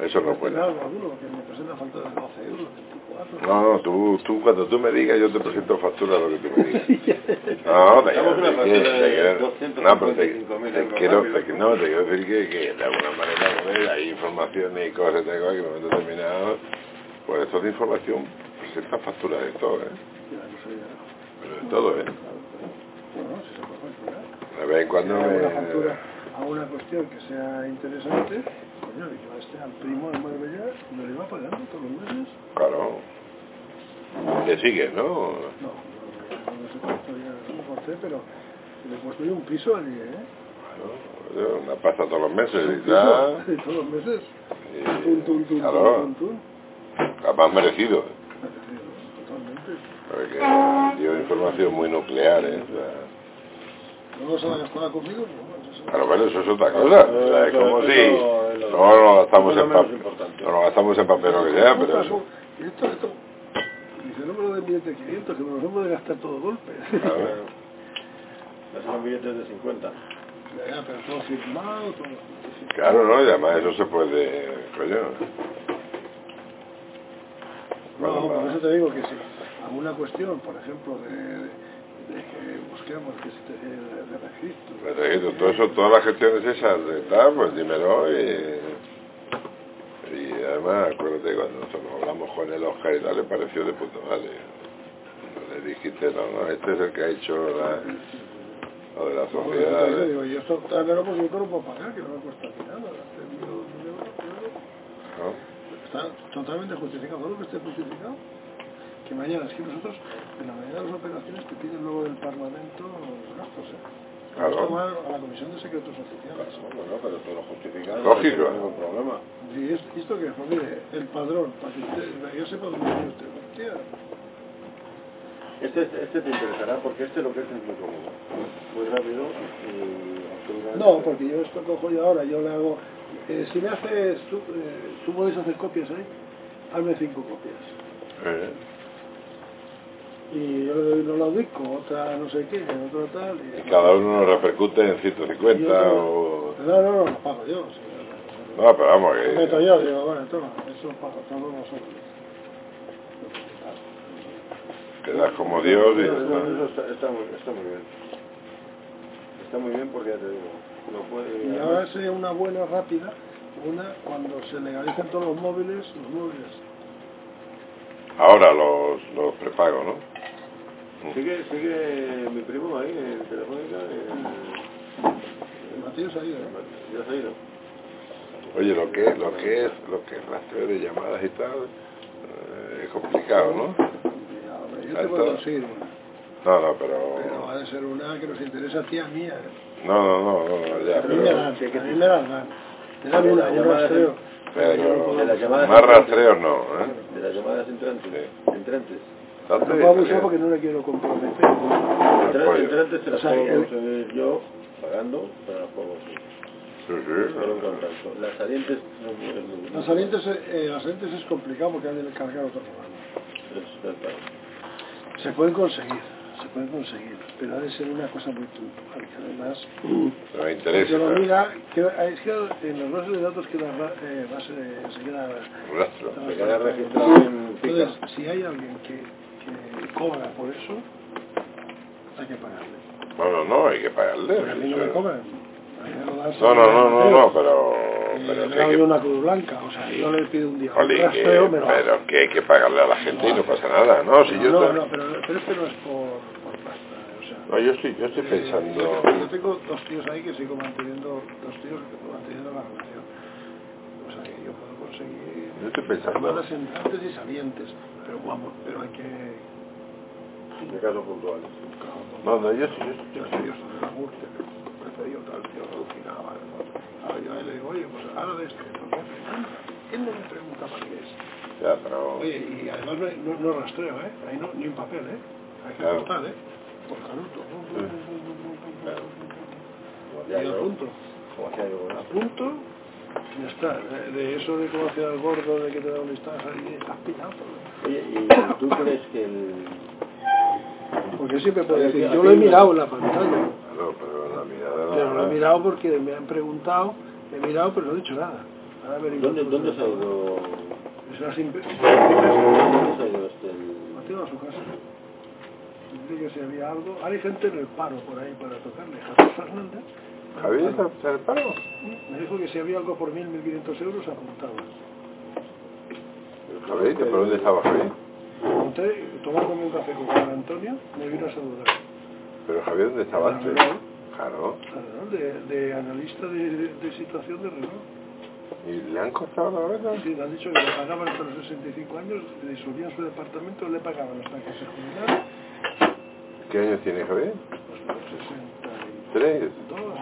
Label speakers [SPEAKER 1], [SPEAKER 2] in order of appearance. [SPEAKER 1] Eso no puede.
[SPEAKER 2] Claro, alguno, porque me presenta factura de 12 euros, 24.
[SPEAKER 1] No, no, tú, tú cuando tú me digas yo te presento factura lo que tú me digas.
[SPEAKER 2] No.
[SPEAKER 1] No, te quiero
[SPEAKER 3] Estamos con una
[SPEAKER 1] decir que-
[SPEAKER 3] factura de
[SPEAKER 1] te quiero-
[SPEAKER 3] 255.000
[SPEAKER 1] no, pero te,
[SPEAKER 3] euros
[SPEAKER 1] te quiero,
[SPEAKER 3] rápido.
[SPEAKER 1] te- no, te quiero decir que, que de alguna manera joder, hay informaciones y cosas de cosas que en un momento determinado, pues esto de información, presentas facturas de todo, ¿eh? Pero de todo, ¿eh?
[SPEAKER 2] Bueno, si se puede facturar.
[SPEAKER 1] De vez en cuando...
[SPEAKER 2] Hago una
[SPEAKER 1] eh,
[SPEAKER 2] factura a una cuestión que sea interesante, coño, le lleva este al primo de Marbella y me lo iba pagando todos los meses.
[SPEAKER 1] Claro. Te sigues, ¿no?
[SPEAKER 2] No, no, no sé cuánto ya no me corté, pero le construí un piso allí, ¿eh?
[SPEAKER 1] Bueno, yo una pasta todos los meses
[SPEAKER 2] Un
[SPEAKER 1] y ya...
[SPEAKER 2] piso, todos los meses. Tun, tun,
[SPEAKER 1] Y,
[SPEAKER 2] tun,
[SPEAKER 1] claro,
[SPEAKER 2] tun, tun, tun.
[SPEAKER 1] la más merecido.
[SPEAKER 2] Totalmente.
[SPEAKER 1] Porque dio información muy nuclear, ¿eh? O sea,
[SPEAKER 2] Luego se van a jugar conmigo, pero bueno, eso
[SPEAKER 1] Pero bueno, eso es otra cosa. O sea, es
[SPEAKER 3] Eso-
[SPEAKER 1] como
[SPEAKER 3] eso
[SPEAKER 1] si
[SPEAKER 3] es lo-
[SPEAKER 1] no nos gastamos
[SPEAKER 3] eso es
[SPEAKER 1] en
[SPEAKER 3] lo menos
[SPEAKER 1] papel.
[SPEAKER 3] importante.
[SPEAKER 1] No nos gastamos en papel lo que sea, pero eso.
[SPEAKER 2] Y esto, esto, dice, no me lo den billetes de 500, que nos los hemos de gastar todo golpe.
[SPEAKER 1] Claro.
[SPEAKER 3] Son billetes de 50.
[SPEAKER 2] Ya, pero todo firmado, todo.
[SPEAKER 1] Claro, ¿no? Y además eso se puede. Coño. Bueno,
[SPEAKER 2] No, por
[SPEAKER 1] va.
[SPEAKER 2] eso te digo que si alguna cuestión, por ejemplo, de, de que busquemos que se te de, de registro.
[SPEAKER 1] Me registro, Pues, eh, todo eso, todas las gestiones esas de tal, pues dímelo y. Y además, acuérdate, cuando nosotros hablamos con el Oscar y tal, le pareció de puta madre. No le dijiste, no, no, este es el que ha hecho la, lo de la
[SPEAKER 2] Bueno, por eso te digo,
[SPEAKER 1] sociedad.
[SPEAKER 2] digo, yo esto también lo posible no puedo pagar, que no me cuesta ni nada. Este mil euros, mil euros, mil euros.
[SPEAKER 1] ¿no?
[SPEAKER 2] Está totalmente justificado, todo lo que esté justificado. Que mañana, es que nosotros, en la mayoría de las operaciones te piden luego del Parlamento los gastos, ¿eh?
[SPEAKER 1] Claro.
[SPEAKER 2] Vamos a tomar a la Comisión de Secretos Oficiales.
[SPEAKER 3] Bueno, pero todo lo justificado.
[SPEAKER 1] Lógico.
[SPEAKER 3] No hay ningún problema.
[SPEAKER 2] Y es- ¿y esto que es, pues mire, el padrón, para que usted, yo sepa dónde vive usted, hostia.
[SPEAKER 3] Este, este te interesará porque este lo que es es muy común. Muy rápido y absolutamente-
[SPEAKER 2] No, porque yo esto cojo yo ahora, yo le hago, eh, si me haces, tú, eh, tú puedes hacer copias ahí, hazme cinco copias.
[SPEAKER 1] Eh,
[SPEAKER 2] Y yo le doy una a la disco, otra no sé qué, otra tal.
[SPEAKER 1] Y cada uno nos repercute en 150 o...
[SPEAKER 2] No, no, no, los pago yo. sí, no, no.
[SPEAKER 1] No, pero vamos,
[SPEAKER 2] Los meto
[SPEAKER 1] que...
[SPEAKER 2] yo, digo, bueno, toma, eso lo pago, todos nosotros.
[SPEAKER 1] Te das como Dios y...
[SPEAKER 3] Pero Eso
[SPEAKER 1] ¿no?
[SPEAKER 3] está, está muy, está muy bien. Está muy bien porque ya te digo. Lo puede,
[SPEAKER 2] Y ahora sería una buena rápida, una cuando se legalizan todos los móviles, los móviles.
[SPEAKER 1] Ahora los, los prepago, ¿no?
[SPEAKER 3] Sigue, sigue mi primo ahí en Telefónica.
[SPEAKER 2] El Matías ahí, ¿eh?
[SPEAKER 3] Ya se ha ido.
[SPEAKER 1] Oye, lo que, lo que es lo que es rastreo de llamadas y tal eh, es complicado, ¿no?
[SPEAKER 2] Ya, hombre, yo
[SPEAKER 1] Ahí
[SPEAKER 2] te puedo
[SPEAKER 1] está.
[SPEAKER 2] conseguir una,
[SPEAKER 1] No, no,
[SPEAKER 2] pero ha
[SPEAKER 1] pero...
[SPEAKER 2] de ser una que nos interesa a ti y a mí. ¿eh?
[SPEAKER 1] No, no, no, no, no, ya,
[SPEAKER 2] A mí me
[SPEAKER 1] pero...
[SPEAKER 2] dan, a mí me las dan. Me dan una, un rastreo.
[SPEAKER 1] pero más rastreo no, ¿eh?
[SPEAKER 3] De las llamadas entrantes. Entrantes.
[SPEAKER 1] Tanto
[SPEAKER 2] No puedo abusar porque no le quiero comprometer.
[SPEAKER 3] Entrantes,
[SPEAKER 1] Apoyo.
[SPEAKER 3] entrantes te las
[SPEAKER 2] O sea,
[SPEAKER 3] puedo
[SPEAKER 2] el-
[SPEAKER 3] conseguir yo pagando, pero las puedo conseguir.
[SPEAKER 1] Sí,
[SPEAKER 3] Solo un
[SPEAKER 1] sí.
[SPEAKER 3] contacto. Las salientes no pueden-
[SPEAKER 2] Las salientes, eh, las salientes es complicado porque han de cargar otro programa.
[SPEAKER 3] Es- es- es-
[SPEAKER 2] Se pueden conseguir, se pueden conseguir, pero ha de ser una cosa muy puntual. que Además,
[SPEAKER 1] No me
[SPEAKER 2] se
[SPEAKER 1] interesa.
[SPEAKER 2] Pues
[SPEAKER 1] ¿eh?
[SPEAKER 2] lo
[SPEAKER 1] ¿no?
[SPEAKER 2] mira, queda- eh, es que en las bases de datos queda, ra- eh, base- se queda
[SPEAKER 1] Rastro.
[SPEAKER 3] Se queda registrado en pica.
[SPEAKER 2] Entonces, si hay alguien que, que cobra por eso, hay que pagarle.
[SPEAKER 1] Bueno, no, hay que pagarle.
[SPEAKER 2] Porque a mí no me cobran. A mí me lo dan
[SPEAKER 1] No, no, no, no, no,
[SPEAKER 2] sin
[SPEAKER 1] pero...
[SPEAKER 2] rastreo. Eh,
[SPEAKER 1] pero que
[SPEAKER 2] me da
[SPEAKER 1] hay que-
[SPEAKER 2] yo una cruz blanca, o sea, yo le pido un día un
[SPEAKER 1] Oli, que-
[SPEAKER 2] rastreo, me lo hace.
[SPEAKER 1] pero que hay que pagarle a la gente y no pasa nada, ¿no? Si yo
[SPEAKER 2] no,
[SPEAKER 1] ta-
[SPEAKER 2] no, pero, pero este no es por, por pasta, o sea...
[SPEAKER 1] No, yo estoy, yo estoy
[SPEAKER 2] eh,
[SPEAKER 1] pensando...
[SPEAKER 2] Yo tengo dos tíos ahí que sigo manteniendo, dos tíos que sigo manteniendo la relación. O sea, que yo puedo conseguir...
[SPEAKER 1] Yo estoy pensando...
[SPEAKER 2] Llamadas entrantes y salientes, pero vamos, pero hay que...
[SPEAKER 3] De casos puntuales.
[SPEAKER 1] No, no, yo estoy...
[SPEAKER 2] Yo soy yo soy de la Murcia, pero yo tal, yo alucinaba. ¿no? Ahora yo a él le digo, oye, pues ahora de esto, no me pregunta. Él no me pregunta para qué es.
[SPEAKER 1] Ya, pero...
[SPEAKER 2] Oye, y además no, no, no rastreo, ¿eh? Ahí no, ni un papel, ¿eh? Hay que
[SPEAKER 1] Claro.
[SPEAKER 2] apuntar, ¿eh? Por canuto.
[SPEAKER 3] Ya,
[SPEAKER 2] Y
[SPEAKER 3] yo-
[SPEAKER 2] apunto.
[SPEAKER 3] como hacía yo, ¿no?
[SPEAKER 2] Apunto. y Ya está. De, de eso de cómo hacía el gordo, de que te da un listazo, ahí estás pillado. ¿no?
[SPEAKER 3] Oye, ¿y tú crees que el...
[SPEAKER 2] Porque siempre puedo
[SPEAKER 3] Oye,
[SPEAKER 2] decir,
[SPEAKER 3] aquí- Ah,
[SPEAKER 2] yo
[SPEAKER 3] aquí
[SPEAKER 2] lo he
[SPEAKER 3] no-
[SPEAKER 2] mirado en la pantalla.
[SPEAKER 1] Ah, No, pero la mirada...
[SPEAKER 2] Pero lo he mirado porque me han preguntado, he mirado pero no he dicho nada. Ahora averiguo
[SPEAKER 3] ¿Dónde,
[SPEAKER 2] el
[SPEAKER 3] dónde
[SPEAKER 2] curso
[SPEAKER 3] se ha
[SPEAKER 2] de-
[SPEAKER 3] ido?
[SPEAKER 2] Es las
[SPEAKER 3] ¿Dónde se ha
[SPEAKER 2] impresiones.
[SPEAKER 3] ido este? el-
[SPEAKER 2] Mateo a su casa. Dice que si había algo. Ahora hay gente en el paro por ahí para tocarle. Javier Fernández.
[SPEAKER 1] ¿Javier está está en el paro?
[SPEAKER 2] Me dijo que si había algo por 1.000, 1.500 euros apuntaba.
[SPEAKER 1] Javier, ¿por dónde estaba Javier?
[SPEAKER 2] Apunté, tomándome un café con Juan Antonio, me vino a saludar.
[SPEAKER 1] Pero Javier, ¿dónde estaba
[SPEAKER 2] En
[SPEAKER 1] antes?
[SPEAKER 2] Renault,
[SPEAKER 1] Claro.
[SPEAKER 2] Renault, de, de analista de, de- de situación de Renault.
[SPEAKER 1] ¿Y le han cortado la oreja?
[SPEAKER 2] Sí, le han dicho que le pagaban hasta los 65 años, le disolvían su departamento, le pagaban hasta que se jubilara, pues,
[SPEAKER 1] ¿Qué años tiene Javier?
[SPEAKER 2] hasta los 62.
[SPEAKER 1] Tres.